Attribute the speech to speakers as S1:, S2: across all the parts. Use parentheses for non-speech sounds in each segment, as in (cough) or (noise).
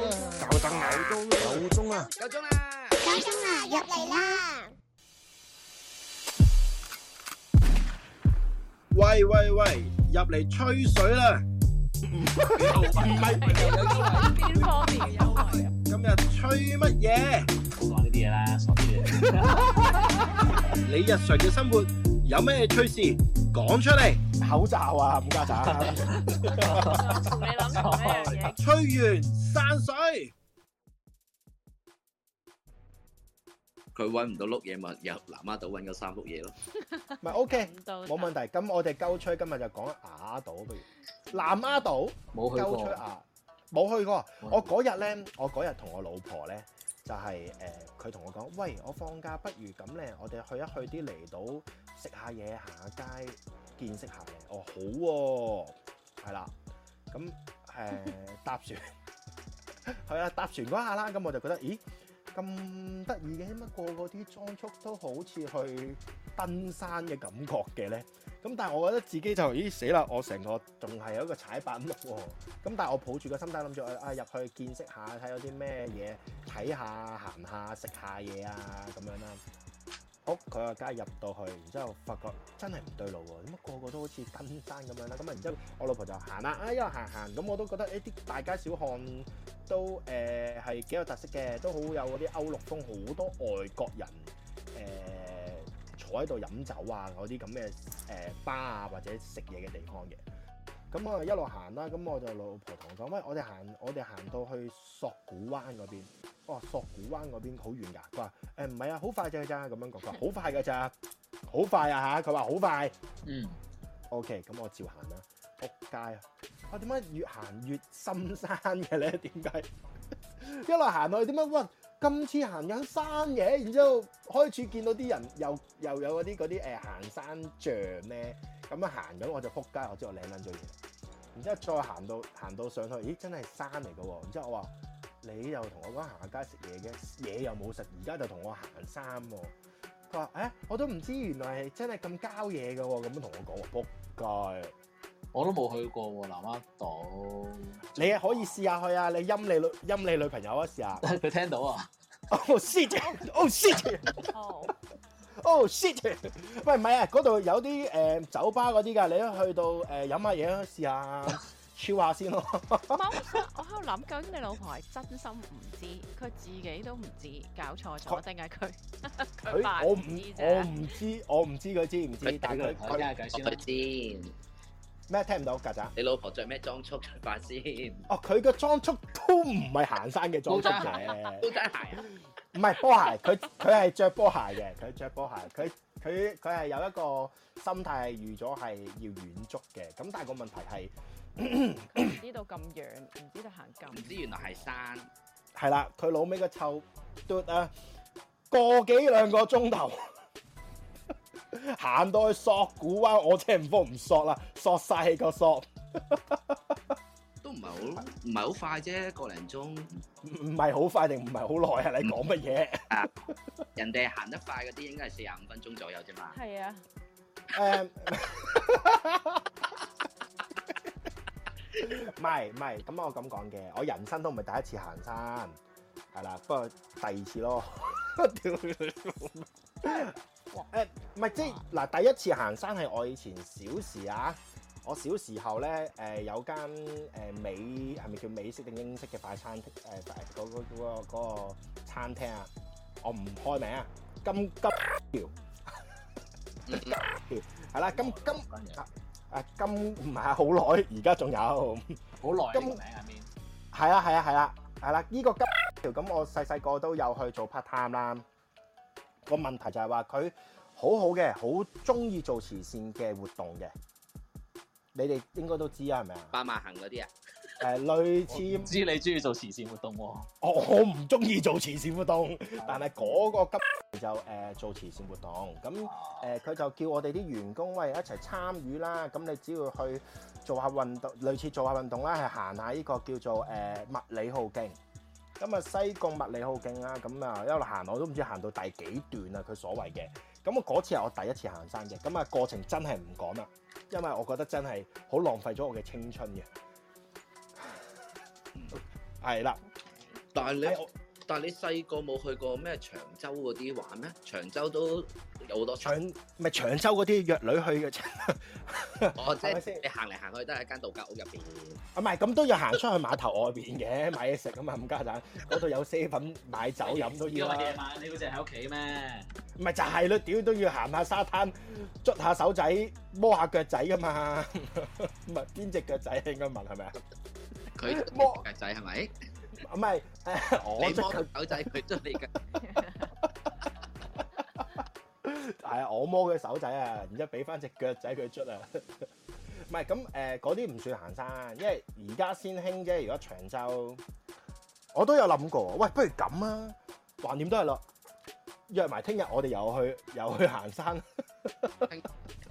S1: 燈啊！夠鐘啊！
S2: 夠鐘啦！
S3: 夠鐘啦，入嚟啦！
S4: 喂喂喂，入嚟吹水啦！
S2: 唔係邊方面嘅優惠啊？
S4: 今日吹乜嘢？
S5: 唔好講呢啲嘢啦，傻啲嘢。
S4: 你日常嘅生活有咩趣事講出嚟？
S1: 口罩啊，冚家鏟！ (laughs)
S2: 同你諗同一樣嘢。
S4: 吹完散水。
S5: 佢揾唔到碌嘢咪由南丫島揾嗰三碌嘢咯。
S1: 唔係 OK，
S2: 諗到
S1: 冇問題。咁我哋鳩吹今日就講雅島，不如南丫島
S5: 冇去
S1: 鳩吹啊
S5: 過，
S1: 雅，冇去過。
S5: 冇
S1: 我嗰日咧，我嗰日同我老婆咧，就係誒呃佢同我講，喂，我放假不如咁咧，我哋去一去啲離島食下嘢，行下街，見識下嘢。我好喎，係啦，咁誒、呃
S5: (laughs)
S1: 搭船， (laughs) 係啊，搭船嗰下啦，咁我就覺得，咦咁得意嘅，乜個個啲裝束都好似去登山嘅感覺嘅咧？咁但係我覺得自己就咦死啦！我成個仲係有一個踩板屋喎。咁但係我抱住個心態諗住啊入去見識下，睇有啲咩嘢睇下、行下、食下嘢啊咁樣啦。好，佢話梗係入到去，然之後發覺真係唔對路喎，點解個個都好似登山咁樣啦？咁啊，然之後我老婆就行啦，啊一路行行，咁我都覺得呢啲大街小巷都誒係幾有特色嘅，都好有嗰啲歐陸風，好多外國人誒、坐喺度飲酒啊嗰啲咁嘅誒巴啊或者食嘢嘅地方嘅。咁啊我一路行啦，咁我就老婆同我講：喂，我哋行，我哋行到去索古灣嗰邊。我話索古灣嗰邊好遠㗎。佢話：誒唔係啊，好快啫咋咁樣講。佢話好快㗎咋，好快啊嚇！佢話好快。
S5: 嗯，
S1: OK，咁我照行啦。仆街啊！我點解越行越深山嘅咧？ (laughs) 點解一路行落去點解哇？今次行緊山嘅，然之後開始見到啲人又又有嗰啲嗰啲誒行山杖咧，咁樣行緊我就仆街，我知我領撚咗嘢。然之後再行到行到上去，咦真係山嚟嘅喎！然之後我話你又同我講行下街食嘢嘅，嘢又冇食，而家就同我行山喎、佢話：誒、我都唔知原來係真係咁郊野嘅喎，咁樣同我講喎，仆街！
S5: 我都冇去過喎南丫
S6: (laughs)
S5: 島。
S1: 你可以試下去啊！你陰你女陰你女朋友啊，試 (laughs) 下。
S5: 佢聽到啊，
S1: Oh shit！Oh shit！Oh
S2: 哦，
S1: shit！喂，唔係啊，嗰度有啲誒、呃酒吧嗰啲㗎，你都去到誒、呃、飲下嘢啊，試下 chill 下先咯。
S2: 唔係我想我喺度諗，究竟你老婆係真心唔知，佢自己都唔知，搞錯
S1: 佢
S2: 咗，定係佢佢
S1: 佢
S2: 扮
S1: 我
S2: 唔
S1: 唔
S2: 知
S1: 我
S2: 啫？
S1: 唔知我唔知佢知唔知，但係佢
S5: 睇
S1: 啊佢
S5: 下計先
S7: 我
S5: 啦
S7: 去。先，
S1: 咩聽唔到曱甴？
S7: 你老婆着咩裝束出發先？
S1: 哦，佢嘅裝束都唔係行山嘅裝束
S5: 高
S1: 嘅。
S7: 高踭鞋啊？
S1: 唔係波鞋，佢佢係着波鞋嘅，佢着波鞋，佢佢佢係有一個心態係預咗係要遠足嘅，咁但係個問題係
S2: 佢唔知道咁遠，唔知道行咁
S7: 唔知原來係山，
S1: 係啦，佢老尾個臭嘟啊，個幾兩個鐘頭 (laughs) 行到去索古灣，我真係唔慌唔索啦，索晒氣個索，
S7: 都唔係好唔係好快啫，個零鐘。
S1: 唔唔係好快定唔係好耐啊？你講乜嘢？
S7: 人哋行得快嗰啲應該係四十五分鐘左右啫嘛。
S2: 係啊，
S1: (laughs) 誒，唔係唔係，咁我咁講嘅，我人生都唔係第一次行山，係啦，不過第二次咯。屌你老母誒，唔係即係嗱，第一次行山係我以前小時啊，我小時候咧誒、有間誒、美係咪叫美式定英式嘅快餐廳誒嗰嗰嗰個嗰個餐廳啊，我唔開名啊，金金條。 (laughs) 係啦，咁今啊今唔係好耐，而家仲有，
S5: 好耐呢個
S1: 今
S5: 名入面，
S1: 係啊係啊係啊係啦，呢、個金條咁我細細個都有去做 part time 啦。個問題就係話佢好好嘅，好中意做慈善嘅活動嘅，你哋應該都知啊，係咪啊？
S7: 斑馬行嗰啲啊，
S1: 誒、類
S5: 我唔
S1: 似
S5: 知你中意做慈善活動
S1: (laughs)
S5: 喎。
S6: 啊
S1: 我我唔中意做慈善活動，但係嗰個金條就誒、做慈善活動咁。誒佢就叫我哋啲員工喂一齊參與啦，咁你只要去做下運動，類似做下運動啦，係行下呢個叫做誒、呃物理浩徑。咁啊西貢物理浩徑啦，咁啊一路行我都唔知行到第幾段啦，佢所謂嘅。咁我嗰次係我第一次行山嘅，咁啊過程真係唔講啦，因為我覺得真係好 (laughs) 浪費咗我嘅青春嘅。係啦，
S7: 但係
S1: 係
S7: 你
S1: 我
S7: 但係你細個冇去過咩長洲嗰啲玩咩？長洲都有好多
S1: 長咪長洲嗰啲約女去嘅啫，
S7: 我即
S1: 係咪
S7: 係
S1: 先
S7: 你行嚟行去都係間度假屋入邊。
S1: 啊唔係咁都要行出去碼頭外邊嘅 (laughs) 買嘢食啊嘛，冚家產嗰度有啡粉買酒飲都要
S6: 因為
S1: 啦
S6: 夜，晚你嗰只喺屋企咩？
S1: 唔係就係咯，屌都要行下沙灘，捽下手仔，摸下腳仔噶嘛， (laughs) 唔係邊只腳仔應該問係咪啊？
S7: 佢
S1: 摸
S7: 腳仔係咪？
S1: 唔係誒我
S7: 你
S1: 捽
S7: 摸
S1: 腳
S7: 到狗仔，佢都你嘅。
S1: 係啊，我摸佢手仔啊，然之後俾翻只腳仔佢捽啊。 (laughs) 唔係咁誒，嗰啲唔算行山，因為而家先興啫。如果長洲，我都有諗過，喂，不如咁啊，橫掂都係咯，約埋聽日我哋又去又去行山。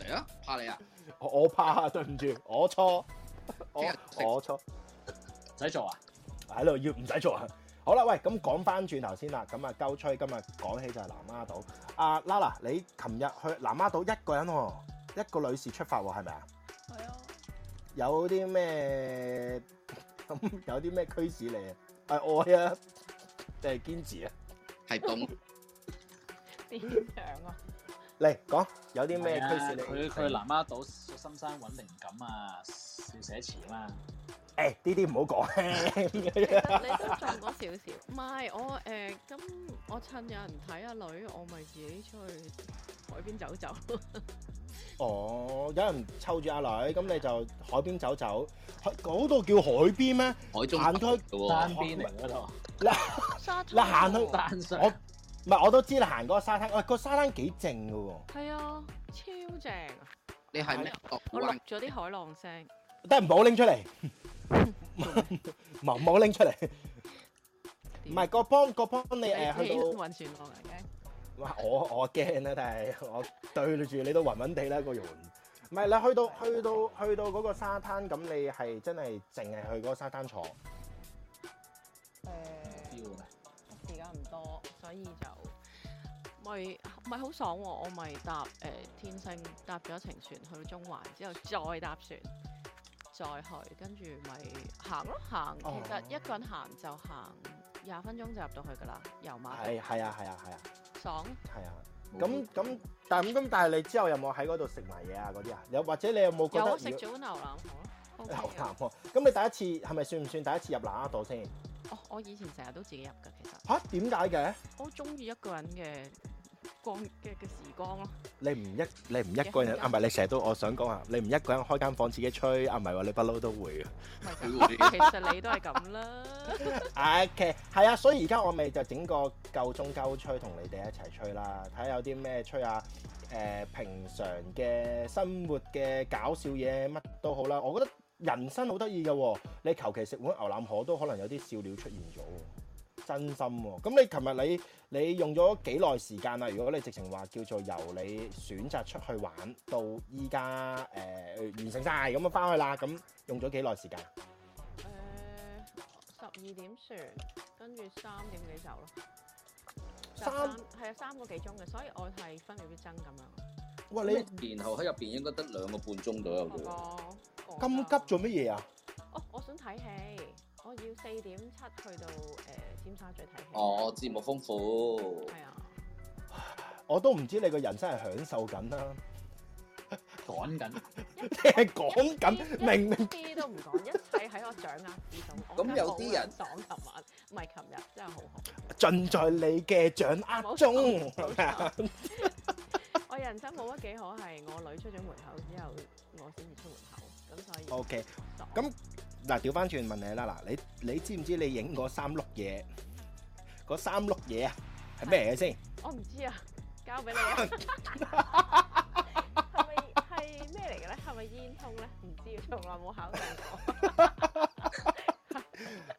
S7: 嚟啊！怕你啊！
S1: 我我怕， (laughs) 對唔住，我錯，我
S7: 聽日食
S1: 我錯。
S6: 唔使做啊！
S1: 喺度要唔使做啊！好啦，喂，咁講翻轉頭先啦，咁啊，鳩吹今日講起就係南丫島。阿 Lala，你琴日去南丫島一個人喎，一個女士出發喎，係咪啊？
S2: 係啊，
S1: 有啲咩咁 (laughs) 有啲咩驅使你啊？係愛啊，定係堅持啊？
S7: 係凍，
S2: 點 (laughs) 樣啊？
S1: 嚟講有啲咩
S6: 係
S1: 驅
S6: 啊
S1: 使你？
S6: 佢佢南丫島深山揾靈感啊，要寫詞啊嘛。
S1: 誒呢啲唔 (laughs)
S6: (laughs)
S1: 好啊
S2: 你
S1: 講。
S2: 都你都中咗少少，唔係我誒咁，我趁有人睇阿女，我咪自己出去海邊走走。
S1: 哦，有人湊住阿女，咁你就海邊走走。海嗰度叫海邊咩？
S7: 海中
S1: 行
S7: 嘅
S1: 開
S7: 喎
S6: 單。邊嚟嗰度，
S2: 沙灘
S1: 嗱行去
S2: 喎
S6: 單上
S1: 哦我唔係我都知你行嗰個沙灘，喂、個沙灘幾靜嘅喎。
S2: 係啊，超正啊！
S7: 你係咩？哦
S2: 我
S7: 好啊
S2: 錄咗啲海浪聲，
S1: 但係唔好拎出 (laughs) 嚟，唔好拎出嚟。唔係個幫個幫你
S2: 你
S1: 誒去到，
S2: 運船浪嚟嘅，
S1: 哇！我我驚啦，但係我對住你都暈暈地啦個容。唔係你去到去到去到嗰個沙灘，咁你係真係淨係去嗰個沙灘坐。
S6: 標嘅。
S2: 時間唔多，所以就咪咪好爽喎！我咪搭誒、呃天星搭咗程船去中環，之後再搭船再去，跟住咪行咯行。
S1: 哦
S2: 其實一個人行就行廿分鐘就入到去㗎啦，油馬
S1: 係係啊係啊係啊
S2: 爽。
S1: 係啊。咁咁，但係咁但係你之後有冇喺嗰度食埋嘢啊嗰啲啊？有或者你有冇覺
S2: 有
S1: 得
S2: 啊食
S1: 如
S2: 咗碗牛腩啊河
S1: (laughs) 果
S2: 咯，OK
S1: 牛
S2: 㗎
S1: 腩喎？咁你第一次係咪算唔算第一次入南丫島先？
S2: 哦，我以前成日都自己入㗎，其實
S1: 吓？點解嘅？
S2: 我中意一個人嘅光嘅嘅時光咯。
S1: 你唔一你唔一個人啊？唔係你成日都我想講啊，你唔一個人開間房自己吹啊？唔係話你不嬲都會嘅。
S2: 咪就
S7: (laughs) 佢會
S2: 其實你都係咁啦。
S1: OK，係啊，所以而家我咪就整個夠鐘鳩吹同你哋一齊吹啦，睇下有啲咩吹啊。誒、平常嘅生活嘅搞笑嘢乜都好啦，我覺得人生好得意嘅喎，你求其食碗牛腩河都可能有啲笑料出現咗喎，真心喎、咁你琴日你你用咗幾耐時間啊？如果你直情話叫做由你選擇出去玩到依家誒完成晒咁啊翻去啦，咁用咗幾耐時間？
S2: 誒呃十二點船，跟住三點幾走咯。
S1: 三
S2: 係啊，三個幾鐘嘅，所以我係分秒必爭咁樣。
S1: 哇！你
S7: 你然後喺入邊應該得兩個半鐘左
S2: Ờ,
S7: 右嘅
S2: vâng.
S7: 喎。
S2: 我
S1: 咁急做乜嘢啊？
S2: 哦，我想睇戲，我要四點七去到誒、呃尖沙咀睇戲。
S7: 哦，節目豐富。
S2: 係啊，
S1: 我都唔知你個人生係享受緊啦， (laughs)
S6: 趕緊，
S1: 定係講緊
S2: 一
S1: 明明
S2: 啲都唔講，一切喺我掌握之中。我
S7: 咁有
S2: 覺得
S7: 啲人
S2: 好爽，琴晚唔係琴日，真係好好。
S1: 盡在你嘅掌握中，
S2: 冇
S1: (laughs)
S2: 錯 (laughs) 我人生冇乜幾可係我女出咗門口之後，我先至出門口，咁所以
S1: OK，
S2: 爽
S1: 咁嗱，調翻轉問你啦，嗱，你你知唔知你影嗰三碌嘢，嗰三碌嘢啊，係咩嘢先？
S2: 我唔知啊，交俾你
S1: (laughs)
S2: 啊。係咪係咩嚟嘅咧？係咪煙通咧？唔知啊，從來冇考證過。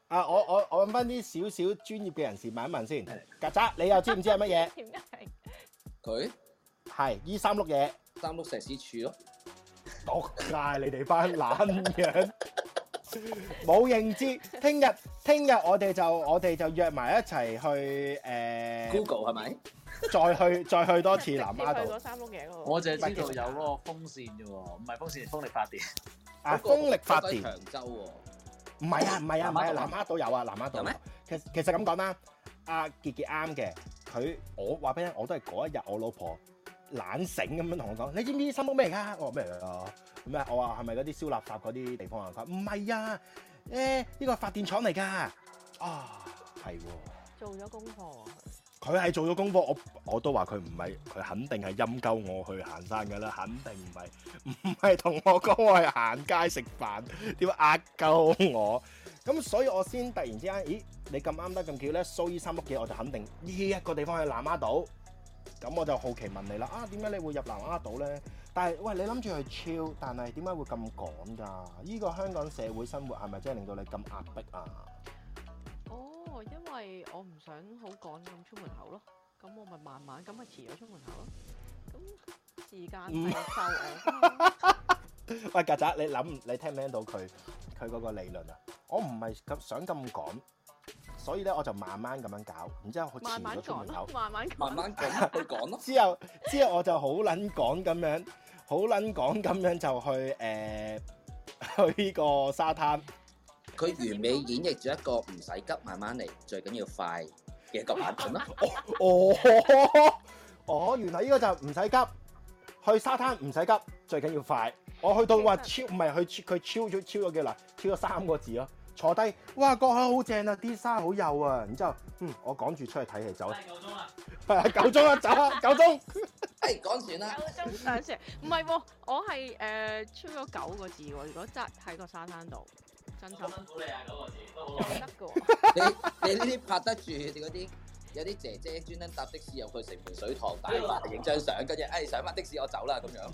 S1: 啊，我我我揾翻啲少少專業嘅人士問一問先。曱甴，你又知唔知係乜
S2: (laughs)
S1: 嘢？
S2: 點解？
S7: 佢
S1: 係依三碌嘢，
S7: 三碌石屎柱咯。
S1: 毒晒你哋班懶樣，冇認知。聽日聽日我哋就我哋就約埋一齊去誒。
S7: Google 係咪？
S1: 再去再去多次南
S2: (laughs)
S1: 丫
S2: 直接去
S1: 島
S2: 嗰三碌嘢嗰度。
S6: 我淨係知道有嗰個風扇啫喎，唔係風扇，係風力發電。
S1: 啊！風力發電
S7: 長洲喎。à.
S1: 唔係啊，唔係啊，唔係啊，
S6: 南丫島
S1: 南丫島有啊，南丫島
S7: 有
S1: 有
S7: 咩
S1: 其其實咁講啦，阿傑傑啱嘅，佢我話俾你聽，我都係嗰一日我老婆懶醒咁樣同我講，你知唔知三屋咩嚟㗎？我話咩嚟㗎？咁啊，我話係咪嗰啲燒垃圾嗰啲地方啊？佢話唔係啊，誒、呢個係發電廠嚟㗎。啊，係喎、
S2: 做咗功課啊，
S1: 佢係做咗功課，我我都話佢唔係，佢肯定係陰鳩我去行山㗎啦，肯定唔係唔 (laughs) 係同我講我係行街食飯，點解呃鳩我？咁所以我先突然之間，咦？你咁啱得咁巧咧，蘇伊三屋嘢我就肯定呢一個地方係南丫島，咁我就好奇問你啦，啊點解你會入南丫島咧？但係喂，你諗住去超，但係點解會咁趕㗎？呢、個香港社會生活係咪真係令到你咁壓迫啊？
S2: 哦，因為我唔想好趕咁出門口咯，咁我咪慢慢咁咪遲咗出門口咯。咁時間係
S1: 嗯
S2: 就我㗎嘛，
S1: 喂，曱甴，你諗你聽唔聽到佢佢嗰個理論啊？我唔係咁想咁講，所以咧我就慢慢咁樣搞，然之後 (laughs) 好
S2: 慢
S1: 前
S2: 慢
S1: 咗出
S2: 趕
S1: 門
S2: 咯
S1: 口，，
S2: 慢慢
S7: 慢
S2: 趕。
S7: 慢咁去講咯。
S1: 之後之後我就好撚講咁樣，好撚講咁樣就去誒、呃 (laughs) 去呢個沙灘。
S7: 佢完美演繹咗一個唔使急，慢慢嚟，最緊要快嘅一個版本咯。
S1: 哦哦，原來呢個就唔使急，去沙灘唔使急，最緊要快。我去到話超唔係去佢超咗超咗幾耐，超咗三個字咯。坐低，哇，個海好正啊，啲沙好幼啊。然之後，嗯，我趕住出去睇戲
S6: (laughs)
S1: 走啦。
S6: 夠鐘啦，
S1: 係 (laughs) 啊，夠鐘啦，走啦，夠鐘。
S7: 誒，講完啦。
S2: 有張相先，唔係喎，我係誒超咗九個字喎。如果扎喺個沙灘度，真心
S1: 哦
S6: 辛苦你啊，九個字都好
S2: 得嘅喎。
S7: 你呢啲拍得住你嗰啲，有啲姐姐專登搭的士入去城門水塘大把嚟影張相，跟住誒上翻的士我走啦咁樣。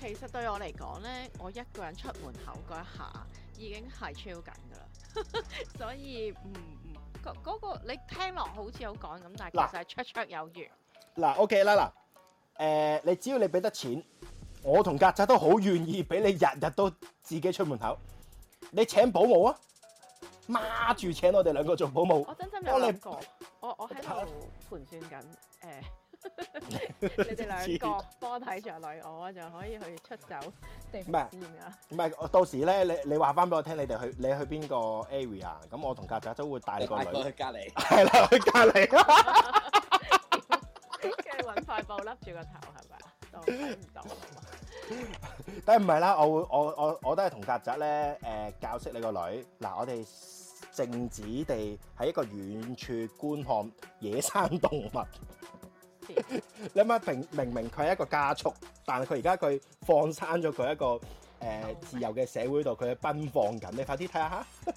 S2: 其實對我嚟講咧，我一個人出門口嗰一下已經係超緊㗎啦， (laughs) 所以唔唔嗰嗰個你聽落好似好趕咁，但係
S1: 嗱
S2: 其實係綽綽有餘。
S1: 嗱，OK 啦，嗱，誒，你只要你俾得錢，我同曱甴都好願意俾你日日都自己出門口。你請保姆啊，孖住請我哋兩個做保姆
S2: 我。真心有
S1: 我嚟
S2: 諗過，我我喺度盤算緊誒，
S1: (laughs)
S2: 你哋兩個波睇着女，我就可以去出走地
S1: 唔係 (laughs)
S2: 平線啦。
S1: 唔係，我到時咧，你你話翻俾我聽，你哋去你去邊個 area，咁我同曱甴都會 (laughs) 帶你
S7: 你
S1: 個
S7: 嗌過
S1: 女，
S7: 去隔離，
S1: 係啦，去隔離。
S2: 跟住揾塊布笠住個頭係咪啊？都睇唔到啊嘛。
S1: 但係唔係啦，我會我我我都係同曱甴咧誒教識你個女。嗱，我哋靜止地喺一個遠處觀看野生動物。你諗下，明明明佢係一個家畜，但係佢而家佢放生咗佢一個誒、呃自由嘅社會度，佢係奔放緊。你快啲睇下 (laughs) 嚇，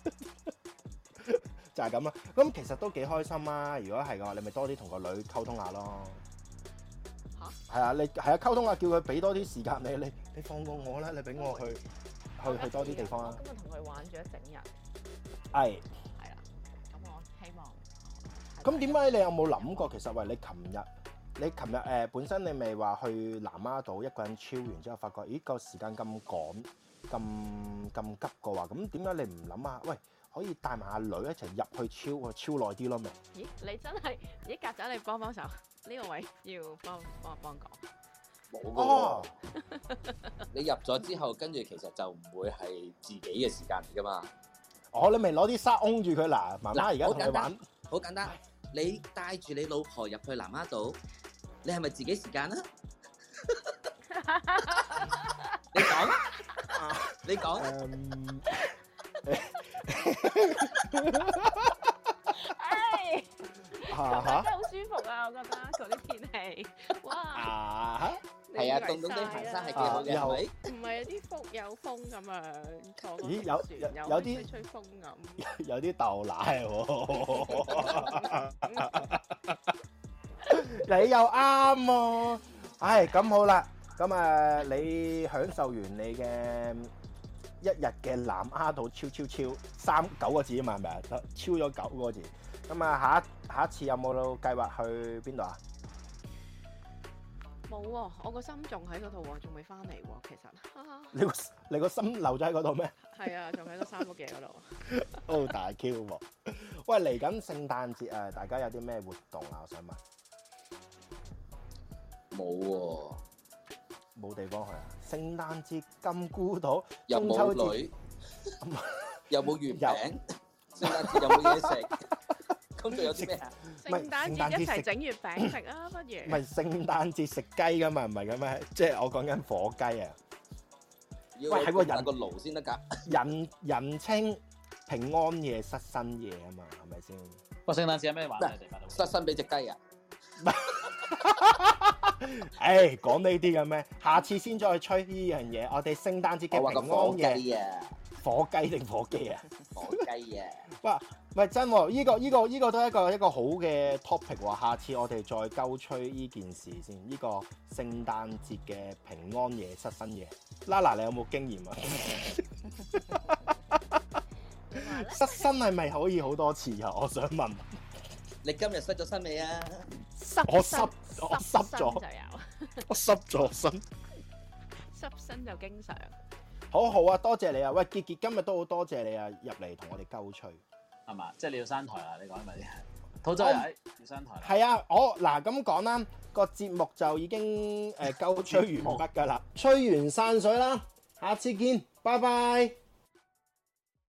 S1: 就係咁啦。咁其實都幾開心啊！如果係嘅話，你咪多啲同個女溝通下咯。係啊，你係啊，溝通下，叫佢俾多啲時間你，你你放過我啦，你俾我去去去多啲地方啦。
S2: 我今日同佢玩咗一整日。
S1: 係。
S2: 係啦。咁我希望。
S1: 咁點解你有冇諗過？其實喂，你琴日你琴日誒本身你咪話去南丫島一個人超完之後，發覺咦個時間咁趕咁咁急嘅話，咁點解你唔諗下？喂，可以帶埋阿女一齊入去超啊，超耐啲咯咪？
S2: 咦？你真係咦？格仔，你幫幫手，呢個位要幫幫幫講。
S7: 冇
S1: 哦
S7: 嘅喎。你入咗之後，跟住其實就唔會係自己嘅時間嚟噶嘛。
S1: 哦，你咪攞啲沙擁住佢嗱，媽媽
S7: 嗱
S1: 而家同
S7: 好
S1: 你
S7: 簡單
S1: 玩，
S7: 好簡單，你帶住你老婆入去南丫島，你係咪自己時間啊？你講啊，你講啊，
S1: (laughs) 誒
S2: 唉，
S1: 啊 (laughs) 嚇
S2: 真係好舒服啊！我覺得嗰啲天氣，哇！
S1: 啊嚇！
S7: 係啊，凍凍地行山係幾
S2: Ờ,
S7: 好嘅，係咪？
S2: 唔係有啲風有風咁樣坐
S1: 咦
S2: 嗰
S1: 有
S2: 條
S1: 有
S2: 船，有
S1: 有
S2: 啲
S1: 啲
S2: 吹風
S1: (laughs)
S2: 咁。
S1: 有啲豆奶喎，你又啱喎。唉，咁好啦，咁啊，你享受完你嘅一日嘅南丫島超超超三九個字啊嘛，係咪啊？得超咗九個字。咁啊，下一下一次有冇計劃去邊度啊？
S2: 冇喎，我個心仲喺嗰度喎，仲未翻嚟喎。其實，哈哈
S1: 你個你個 (laughs) 心留咗喺嗰度咩？
S2: 係啊，仲喺個三屋嘅嗰度。
S1: 哦，大 Q 喎！喂，嚟緊聖誕節啊，大家有啲咩活動啊？我想問，
S7: 冇喎，
S1: 冇地方去啊？聖誕節金菇島，
S7: 又
S1: 中秋節
S7: (laughs) 冇女，又冇月餅，聖誕節有冇嘢食？咁仲有啲咩啊？
S2: 聖誕
S1: 聖誕節
S2: 節一齊
S1: 食
S2: 整月餅食啊，不
S1: 唔
S2: 如
S1: 係聖誕節食雞噶嘛，唔係咁咩？即係我講緊火雞啊！
S7: 要
S1: 喂喺個人
S7: 個爐先得㗎。
S1: 人人稱平安夜失身夜啊嘛，係咪先？
S6: 喂，聖誕節有咩玩啊？你哋快
S7: 失
S6: 到
S7: 身俾只雞啊！
S1: 誒講呢啲嘅咩？下次先再吹呢樣嘢。我哋聖誕節
S7: 我話
S1: 嘅
S7: 個
S1: 平安
S7: 火
S1: 夜，
S7: 雞啊，
S1: 火雞定火雞啊？
S7: 火雞啊！
S1: 唔係真喎，呢、個呢、個呢、個都係一個一個好嘅 topic 喎。下次我哋再鳩吹呢件事先，呢、個聖誕節嘅平安夜失身夜。Lala，你有冇經驗 (laughs) 啊？失身係咪可以好多次啊？我想問，
S7: 你今日失咗身未啊？
S2: 濕
S1: 我
S2: 身
S1: 濕我濕
S2: 身
S1: 咗
S2: 就有，
S1: 我濕咗身。
S2: 濕身就經常。
S1: 好好啊，多謝你啊！喂，傑傑今日都好多謝你啊，入嚟同我哋鳩吹。
S6: 係嘛？即係你要山台啊啦，你講係咪？ (laughs) 土仔啊要山台啦。
S1: 係啊，我嗱咁講啦，個節目就已經誒夠吹完畢㗎啦，吹完散水啦，下次見，拜拜。